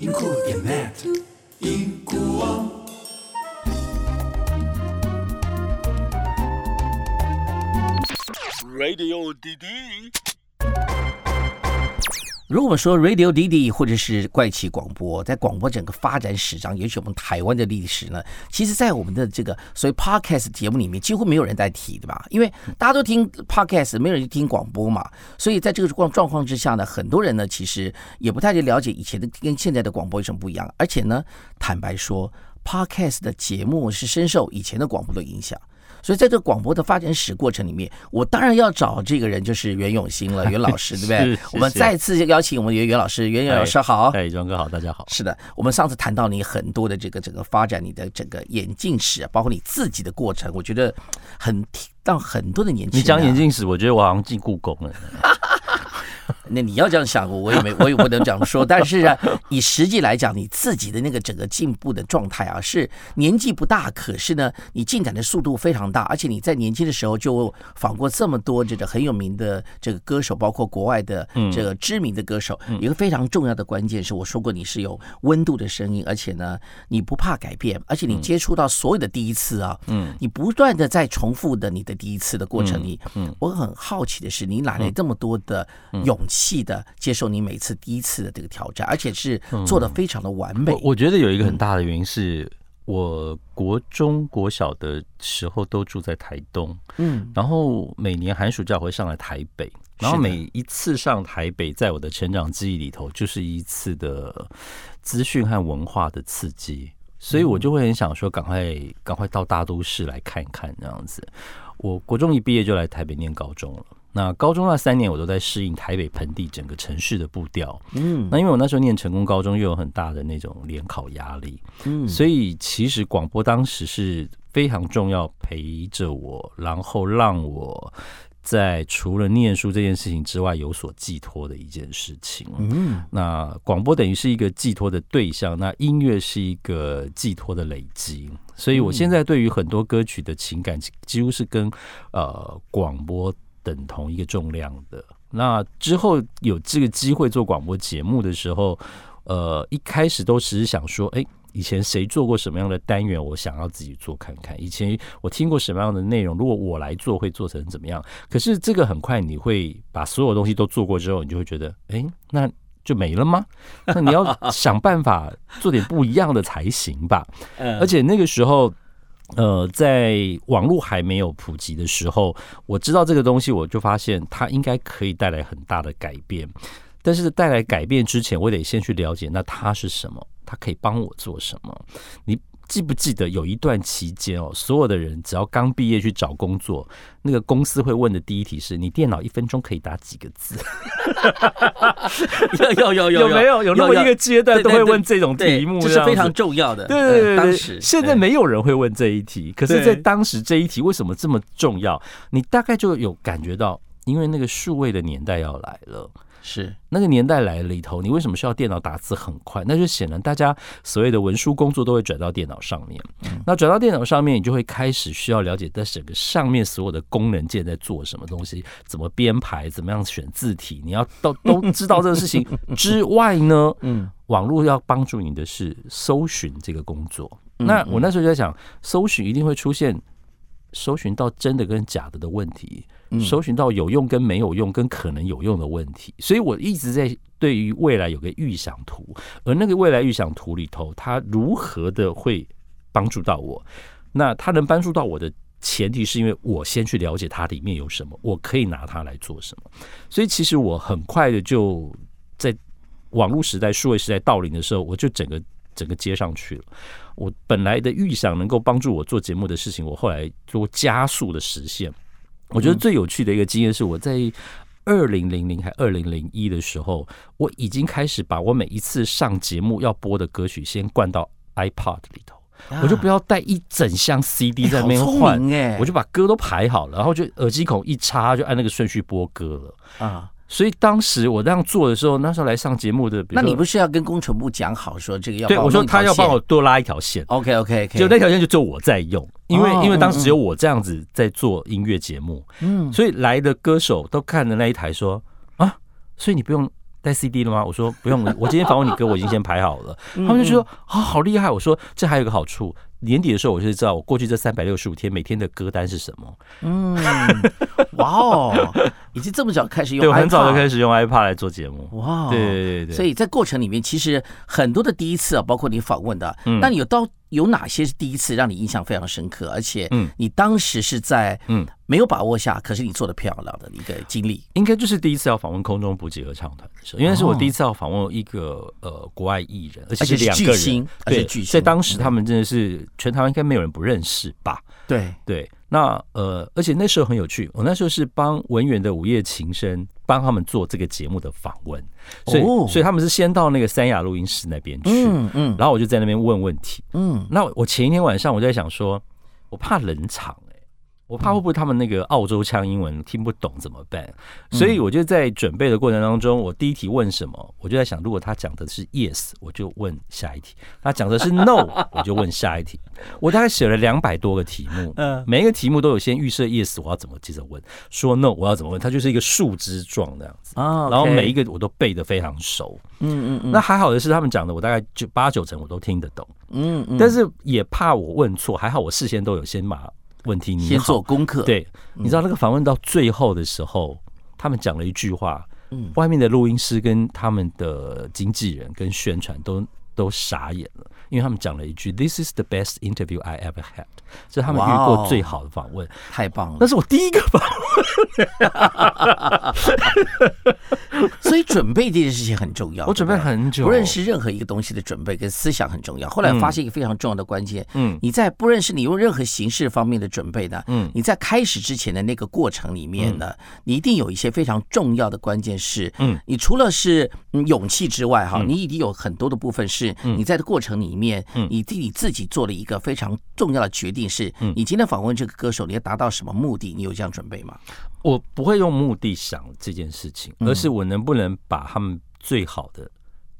银库点 net，银库网。 Radio DD。如果我们说 Radio DD 或者是怪奇广播，在广播整个发展史上，尤其我们台湾的历史呢，其实，在我们的这个所谓 Podcast 节目里面，几乎没有人在提，对吧？因为大家都听 Podcast，没有人听广播嘛，所以在这个状状况之下呢，很多人呢其实也不太去了解以前的跟现在的广播有什么不一样，而且呢，坦白说，Podcast 的节目是深受以前的广播的影响。所以在这个广播的发展史过程里面，我当然要找这个人就是袁永新了，袁老师，对不对？是是我们是再次邀请我们袁袁老师，袁袁老师好。哎，庄哥好，大家好。是的，我们上次谈到你很多的这个整个发展，你的整个眼镜史，包括你自己的过程，我觉得很让很多的年轻人你啊、讲眼镜史，我觉得我好像进故宫了。那你要这样想，我我也没我 也不能这样说。但是啊，以实际来讲，你自己的那个整个进步的状态啊，是年纪不大，可是呢，你进展的速度非常大，而且你在年轻的时候就访过这么多这个很有名的这个歌手，包括国外的这个知名的歌手。一个非常重要的关键是，我说过你是有温度的声音，而且呢，你不怕改变，而且你接触到所有的第一次啊，嗯，你不断的在重复的你的第一次的过程里，嗯，我很好奇的是，你哪嗯来这么多的勇气的接受你每次第一次的这个挑战，而且是做的非常的完美嗯我，我觉得有一个很大的原因是，我国中、国小的时候都住在台东，嗯，然后每年寒暑假我会上来台北，然后每一次上台北，在我的成长记忆里头，就是一次的资讯和文化的刺激，所以我就会很想说，赶快赶快到大都市来看看这样子。我国中一毕业就来台北念高中了。那高中那三年，我都在适应台北盆地整个城市的步调。嗯，那因为我那时候念成功高中，又有很大的那种联考压力，嗯，所以其实广播当时是非常重要，陪着我，然后让我在除了念书这件事情之外有所寄托的一件事情。嗯，那广播等于是一个寄托的对象，那音乐是一个寄托的累积。所以我现在对于很多歌曲的情感，几几乎是跟呃广播等同一个重量的。那之后有这个机会做广播节目的时候，呃，一开始都只是想说，哎、以前谁做过什么样的单元，我想要自己做看看。以前我听过什么样的内容，如果我来做会做成怎么样？可是这个很快你会把所有东西都做过之后，你就会觉得，哎、那就没了吗？那你要想办法做点不一样的才行吧。而且那个时候。呃，在网络还没有普及的时候，我知道这个东西，我就发现它应该可以带来很大的改变。但是带来改变之前，我得先去了解那它是什么，它可以帮我做什么。你记不记得有一段期间哦，所有的人只要刚毕业去找工作，那个公司会问的第一题是你电脑一分钟可以打几个字？有 有有没有有那么一个阶段都会问这种题目这这是样非子常重要的。对对对嗯对，当对时现在嗯没有人会问这一题，可是，对在当时这一题为什么这么重要？你大概就有感觉到，因为那个数位的年代要来了。是那个年代来里头，你为什么需要电脑打字很快？那就显然大家所谓的文书工作都会转到电脑上面。那转到电脑上面，你就会开始需要了解在整个上面所有的功能键在做什么东西，怎么编排，怎么样选字体，你要都都知道这个事情之外呢，嗯，网络要帮助你的是搜寻这个工作。那我那时候就在想，搜寻一定会出现搜寻到真的跟假的的问题，搜寻到有用跟没有用跟可能有用的问题，所以我一直在对于未来有个预想图，而那个未来预想图里头，它如何的会帮助到我？那它能帮助到我的前提是因为我先去了解它里面有什么，我可以拿它来做什么。所以其实我很快的就在网络时代、数位时代到临的时候，我就整个整个接上去了。我本来的预想能够帮助我做节目的事情，我后来做加速的实现。我觉嗯得最有趣的一个经验是我在。二零零零还二零零一的时候，我已经开始把我每一次上节目要播的歌曲先灌到 iPod 里头，我就不要带一整箱 CD 在那边啊好换聪，明哎我就把歌都排好了，然后就耳机孔一插，就按那个顺序播歌了。啊，所以当时我这样做的时候，那时候来上节目的，比如那说你不是要跟工程部讲好说这个要对帮我说弄一条他要帮线我多拉一条线， OK OK OK，就那条线就只有我在用，因为哦嗯因为当时只有我这样子在做音乐节目，嗯，所以来的歌手都看着那一台说啊，所以你不用带 CD 了吗？我说不 用，我今天访问你哥，我已经先排好了。嗯他们就说啊、好厉害！我说这还有一个好处，年底的时候我就知道我过去这三百六十五天每天的歌单是什么。嗯哇 哦，已经这么早开始用，对，我很早就始。开始用 iPad 来做节目。哇，对对对对，哦所以在过程里面，其实很多的第一次啊，包括你访问的，嗯那你有到有哪些是第一次让你印象非常深刻，而且嗯你当时是在嗯没有把握下，可是你做的漂亮的一个经历。应该就是第一次要访问空中补给合唱团的时候，因为是我第一次要访问一个呃国外艺人，而且哦而且是两巨个人星，而对且是巨，星在当时他们真的是全台湾应该没有人不认识吧？对，对，那呃，而且那时候很有趣，我那时候是帮文远的《午夜琴声》帮他们做这个节目的访问，所以、哦所以他们是先到那个三亚录音室那边去，嗯嗯然后我就在那边问问题。嗯，那我前一天晚上我就在想说，我怕冷场哎、我怕会不会他们那个澳洲腔英文听不懂怎么办？嗯所以我就在准备的过程当中，我第一题问什么，我就在想，如果他讲的是 yes，我就问下一题；他讲的是 no，我就问下一题。我大概写了两百多个题目，嗯，每一个题目都有先预设 yes，我要怎么接着问，说 no，我要怎么问，它就是一个树枝状那样子。啊然后每一个我都背得非常熟，嗯嗯嗯那还好的是他们讲的，我大概九八九成我都听得懂。嗯嗯，但是也怕我问错，还好我事先都有先把问题拟好先做嗯功课，，对，你知道那个访问到最后的时候，他们讲了一句话，嗯外面的录音师跟他们的经纪人跟宣传都都傻眼了，因为他们讲了一句 “This is the best interview I ever had”，这是他们遇哇哦哦过最好的访问，太棒那了。是我第一个访所以准备这件事情很重要，我准备对不对很久不认识任何一个东西的准备跟思想很重要。后来发现一个非常重要的关键，嗯你在不认识你用任何形式方面的准备呢，嗯你在开始之前的那个过程里面呢，你一定有一些非常重要的关键是，嗯，你除了是嗯勇气之外，哈，你已经有很多的部分是嗯你在这过程里面，你自己自己做了一个非常重要的决定，是嗯你今天访问这个歌手，你要达到什么目的？你有这样准备吗？我不会用目的想这件事情，嗯而是我能不能把他们最好的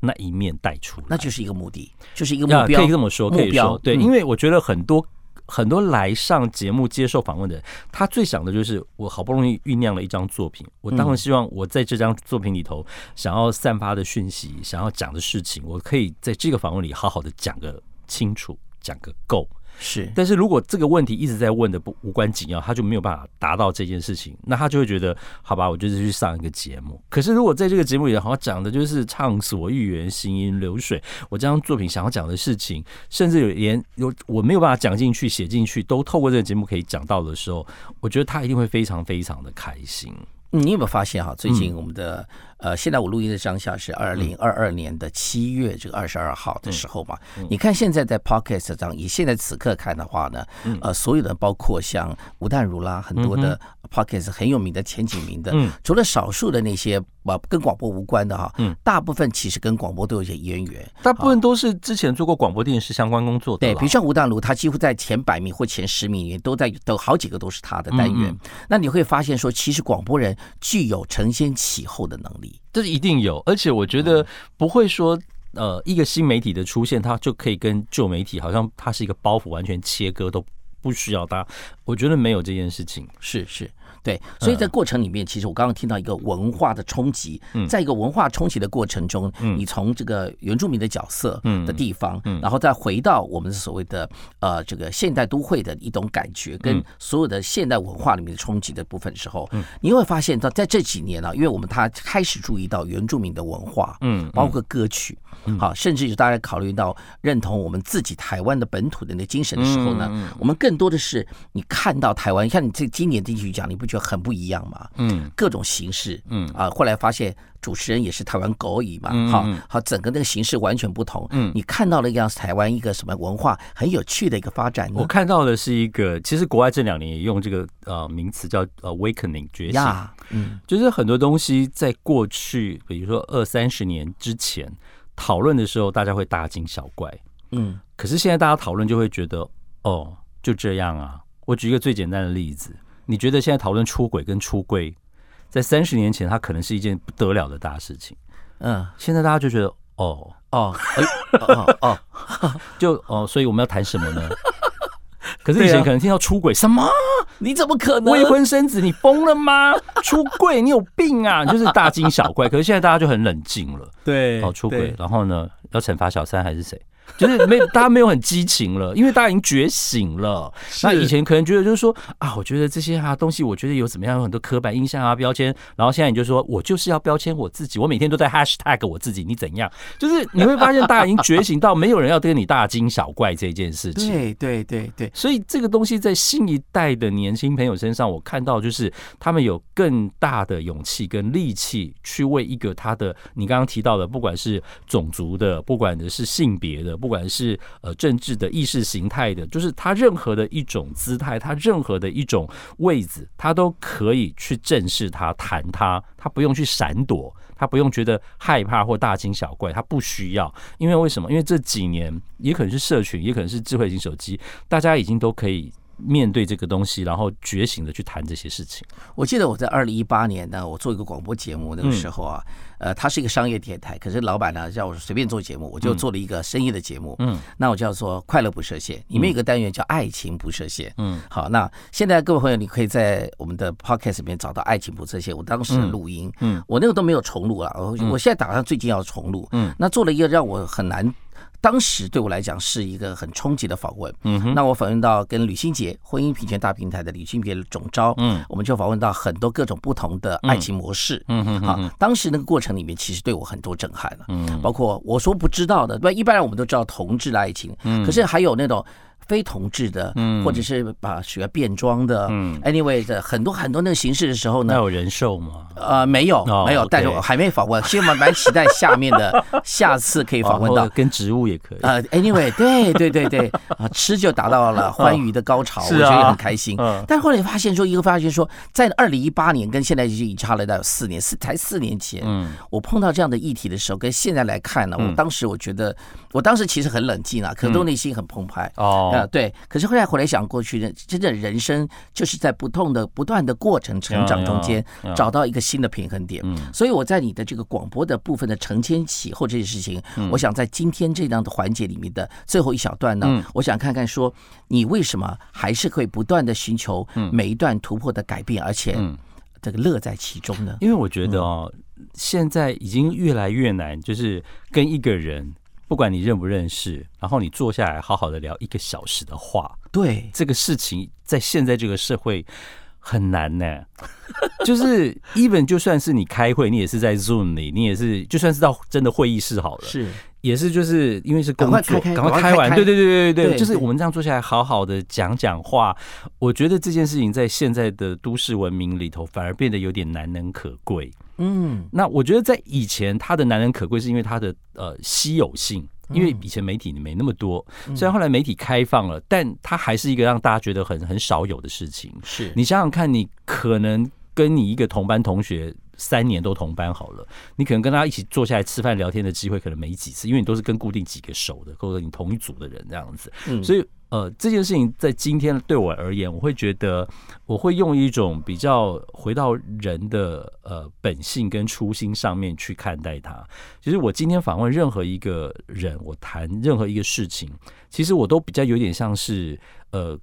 那一面带出来。那就是一个目的，就是一个目啊标，可以这么说，可目以说标对，嗯因为我觉得很多。很多来上节目接受访问的人，他最想的就是我好不容易酝酿了一张作品，我当然希望我在这张作品里头想要散发的讯息、想要讲的事情，我可以在这个访问里好好的讲个清楚、讲个够。是但是如果这个问题一直在问的不无关紧要，他就没有办法达到这件事情，那他就会觉得好吧，我就是去上一个节目。可是如果在这个节目里好像讲的就是畅所欲言、行云流水，我这张作品想要讲的事情，甚至有连有我没有办法讲进去、写进去，都透过这个节目可以讲到的时候，我觉得他一定会非常非常的开心。你有没有发现哈、最近我们的、呃，现在我录音的当下是二零二二年的七月这个二十二号的时候嘛？你看现在在 Podcast 上，以现在此刻看的话呢，呃，所有的包括像吴淡如啦，很多的 Podcast 很有名的前几名的，嗯除了少数的那些呃跟广播无关的哈、大部分其实跟广播都有一些渊源。大部分都是之前做过广播电视相关工作的对，啦，比如像吴淡如，他几乎在前百名或前十名里面都在都好几个都是他的单元。那你会发现说，其实广播人具有承先启后的能力。这一定有，而且我觉得不会说。呃，一个新媒体的出现，它就可以跟旧媒体好像它是一个包袱，完全切割都不需要它。我觉得没有这件事情。是是，嗯对，所以在过程里面，其实我刚刚听到一个文化的冲击，在一个文化冲击的过程中，你从这个原住民的角色的地方，然后再回到我们所谓的呃这个现代都会的一种感觉，跟所有的现代文化里面的冲击的部分时候，嗯你会发现到在这几年呢、啊因为我们他开始注意到原住民的文化，嗯包括歌曲，好，甚至是大家考虑到认同我们自己台湾的本土的那精神的时候呢，嗯我们更多的是你看到台湾，像你这今年金曲奖，你不觉得很不一样吗？嗯，各种形式，嗯啊，后来发现主持人也是台湾狗而已嘛，嗯好嗯好，整个那个形式完全不同。嗯你看到了一样台湾一个什么文化很有趣的一个发展呢我看到的是一个，其实国外这两年也用这个呃名词叫呃 awakening 觉醒，呀，嗯就是很多东西在过去，比如说二三十年之前讨论的时候，大家会大惊小怪，嗯可是现在大家讨论就会觉得，哦，就这样啊。我举一个最简单的例子，你觉得现在讨论出轨跟出柜，在三十年前它可能是一件不得了的大事情，嗯，现在大家就觉得，哦，哦，哎，哦哦哦， 就哦，所以我们要谈什么呢？可是以对前啊可能听到出轨什么你怎么可能？未婚生子，你疯了吗？ 出柜你有病啊！你就是大惊小怪。可是现在大家就很冷静了，对，哦，出轨对，，然后呢，要惩罚小三还是谁？就是没有 大家没有很激情了，因为大家已经觉醒了。那以前可能觉得就是说啊，我觉得这些啊东西，我觉得有怎么样，有很多刻板印象啊标签。然后现在你就说我就是要标签我自己，我每天都在 hashtag 我自己，你怎样？就是你会发现大家已经觉醒到没有人要跟你大惊小怪这件事情。对对对对，所以这个东西在新一代的年轻朋友身上，我看到就是他们有更大的勇气跟力气去为一个他的你刚刚提到的，不管是种族的，不管的是性别的，不管是呃政治的意识形态的，就是他任何的一种姿态，他任何的一种位子，他都可以去正视他、谈他，他不用去闪躲，他不用觉得害怕或大惊小怪，他不需要。因为为什么？因为这几年也可能是社群，也可能是智慧型手机，大家已经都可以面对这个东西，然后觉醒的去谈这些事情。我记得我在二零一八年呢，我做一个广播节目，那个时候啊，呃，它是一个商业电台，可是老板呢叫我随便做节目，我就做了一个深夜的节目，嗯，那我叫做快乐不设限，里面有一个单元叫爱情不设限，嗯，好，那现在各位朋友，你可以在我们的 podcast 里面找到爱情不设限，我当时的录音，嗯，我那个都没有重录了，啊我我现在打算最近要重录，嗯，那做了一个让我很难。当时对我来讲是一个很冲击的访问。嗯哼，那我访问到跟吕新杰婚姻平权大平台的吕新杰总招，嗯，我们就访问到很多各种不同的爱情模式。嗯哼好，当时那个过程里面，其实对我很多震撼了。嗯，包括我说不知道的，对吧，一般人我们都知道同志的爱情，嗯，可是还有那种。非同志的，或者是把学变装的、a n y w a y 的很多很嗯多那个形式的时候呢，那有人寿吗？呃，没有，哦没有， OK 但是我还没访问，所以我蛮期待下面的下次可以访问然到后。哦跟植物也可以。呃，anyway，对对对对，啊，吃就达到了欢愉的高潮，嗯是我觉得啊很开心。嗯但后来发现说，一个发现说，在二零一八年跟现在就已经差了大概有四年，四才四年前，嗯我碰到这样的议题的时候，跟现在来看呢，我当时我觉得，我当时其实很冷静啊，可是都嗯内心很澎湃。哦呃，对，可是后来回来想过去呢，真的人生就是在不同的、不断的过程成长中间呀呀找到一个新的平衡点。嗯所以我在你的这个广播的部分的承前启后这些事情，嗯我想在今天这样的环节里面的最后一小段嗯呢，我想看看说你为什么还是会不断的寻求嗯每一段突破的改变，而且这个乐在其中呢？因为我觉得哦，现在已经越来越难，就是跟一个人，不管你认不认识，然后你坐下来好好的聊一个小时的话，对，这个事情在现在这个社会很难呢、 就是 even 就算是你开会，你也是在 Zoom 里，你也是就算是到真的会议室好了，是也是就是因为是工赶作，快开开快赶快开完，开开对对对对对对就是我们这样坐下来好好的讲讲话，我觉得这件事情在现在的都市文明里头反而变得有点难能可贵。嗯，那我觉得在以前，它的难能可贵是因为它的呃稀有性，因为以前媒体没那么多，虽然后来媒体开放了，但它还是一个让大家觉得很很少有的事情。是你想想看，你可能跟你一个同班同学三年都同班好了，你可能跟他一起坐下来吃饭聊天的机会可能没几次，因为你都是跟固定几个熟的，或者你同一组的人这样子。嗯所以呃，这件事情在今天对我而言，我会觉得我会用一种比较回到人的呃本性跟初心上面去看待它。其实我今天访问任何一个人，我谈任何一个事情，其实我都比较有点像是呃。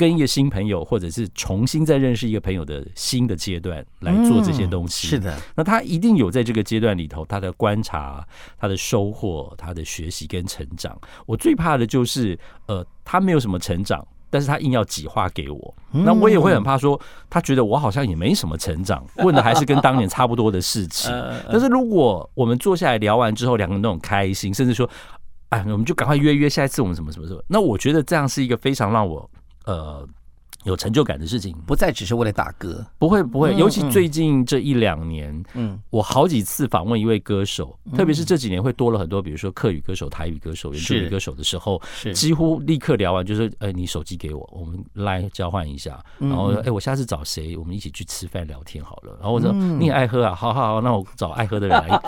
跟一个新朋友，或者是重新再认识一个朋友的新的阶段来做这些东西，嗯是的，那他一定有在这个阶段里头他的观察、他的收获、他的学习跟成长。我最怕的就是，呃，他没有什么成长，但是他硬要挤话给我，那我也会很怕说，他觉得我好像也没什么成长，问的还是跟当年差不多的事情。但是如果我们坐下来聊完之后，两个人都很开心，甚至说，哎，我们就赶快约约下一次我们什么什么什么，那我觉得这样是一个非常让我呃有成就感的事情。不再只是为了打歌，不会不会，尤其最近这一两年，嗯嗯，我好几次访问一位歌手，特别是这几年会多了很多，比如说客语歌手、台语歌手、原住是民歌手的时候，是几乎立刻聊完，就是呃，你手机给我，我们来交换一下，然后哎，我下次找谁，我们一起去吃饭聊天好了。然后我说你也爱喝啊，好好好，那我找爱喝的人来。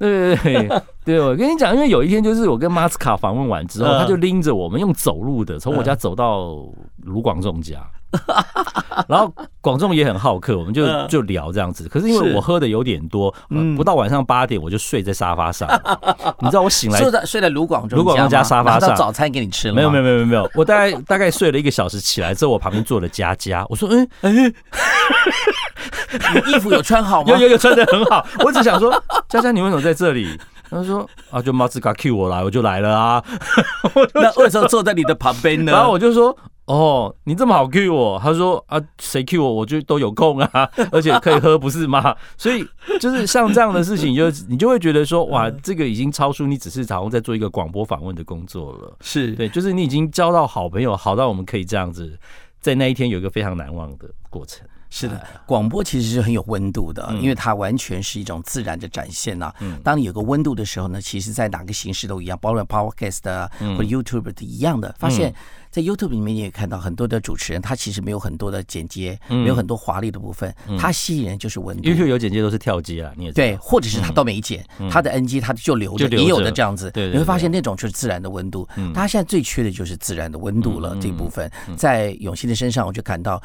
对对对对，我跟你讲，因为有一天就是我跟马斯卡访问完之后，他就拎着我们用走路的，从我家走到卢广仲家。然后广仲也很好客，我们就就聊这样子。可是因为我喝的有点多，呃不到晚上八点我就睡在沙发上。你知道我醒 来睡在睡在卢广仲卢广仲家家吗沙发拿到上早餐给你吃了没有没有有没有没有没有，我大概大概睡了一个小时，起来之后我旁边坐了佳佳，我说嗯哎、衣服有穿好吗？有有有穿的很好， 我只想说佳佳你为什么在这里？他说啊就猫子嘎 Q 我来我就来了啊，那为什么坐在你的旁边呢？然后我就说。哦，你这么好 Q 我？他说啊，谁 Q 我，我就都有空啊， 而且可以喝，不是吗？所以就是像这样的事情，你就你就会觉得说，哇，这个已经超出你只是好像在做一个广播访问的工作了。是对，就是你已经交到好朋友，好到我们可以这样子，在那一天有一个非常难忘的过程。是哎的，广播其实是很有温度的，嗯因为它完全是一种自然的展现呐、当你有个温度的时候呢，其实在哪个形式都一样，包括 podcast 啊、嗯或者 YouTube 都一样的。发现，在 YouTube 里面你也看到很多的主持人，他其实没有很多的剪接，嗯没有很多华丽的部分，他吸引人就是温度。 YouTube 有简介都是跳接啊，你也知道对，或者是他都没剪，他的 NG 他就留嗯就着，留着也有的这样子，对对对嗯你会发现那种就是自然的温度。他现在最缺的就是自然的温度了、这部分，在永兴的身上，我就感到。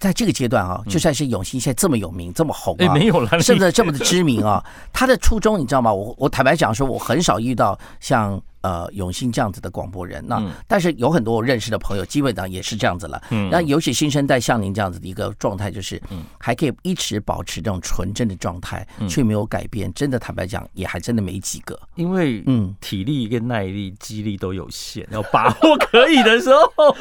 在这个阶段啊，就算是永兴现在这么有名、这么红嗯哎啊，没有啦甚你至这么的知名 啊，他的初衷你知道吗？我我坦白讲说，我很少遇到像呃永兴这样子的广播人。嗯那、但是有很多我认识的朋友，基本上也是这样子了。那尤其新生代像您这样子的一个状态，就是嗯还可以一直保持这种纯真的状态，却没有改变。真的坦白讲，也还真的没几个。因为嗯嗯，体力跟耐力、肌力都有限，要把握可以的时候。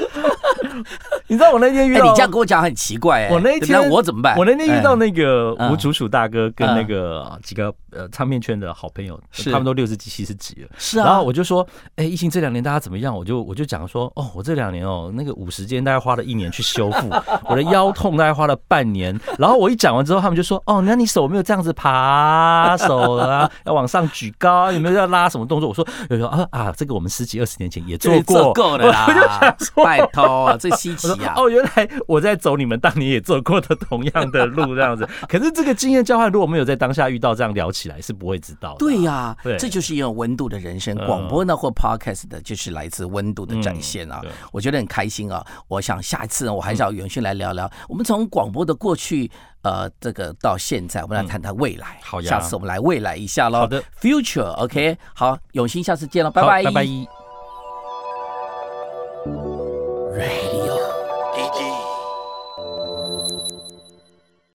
你知道我那天遇哎、到、 你这样跟我讲很奇怪哎、我那对不对天我怎么办？我那天遇到哎那个嗯吴楚楚大哥跟那个几个呃唱片圈的好朋友，是他们都六十几、七十几了。是啊，然后我就说，哎、疫情这两年大家怎么样？我就我就讲说，哦，我这两年哦，那个五十肩大概花了一年去修复， 我的腰痛大概花了半年。然后我一讲完之后，他们就说，哦，那你手有没有这样子爬手啊？ 要往上举高，有没有要拉什么动作？我说，有有啊啊，这个我们十几二十年前也做这过，做够了 我就想啦，说。拜托，这稀奇我说啊！哦，原来我在走你们当年也走过的同样的路，这样子。可是这个经验交换，如果没有在当下遇到，这样聊起来是不会知道的啊、对呀、对嗯这就是一种温度的人生。广播呢或 podcast 的，就是来自温度的展现啊。嗯对嗯我觉得很开心啊。我想下一次呢，我还是要永续来聊聊。我们从广播的过去，呃，这个到现在，我们来谈谈未来。嗯好呀下次我们来未来一下喽。好的嗯，future，OK，、好，永兴，下次见了，拜好拜，拜拜。 Radio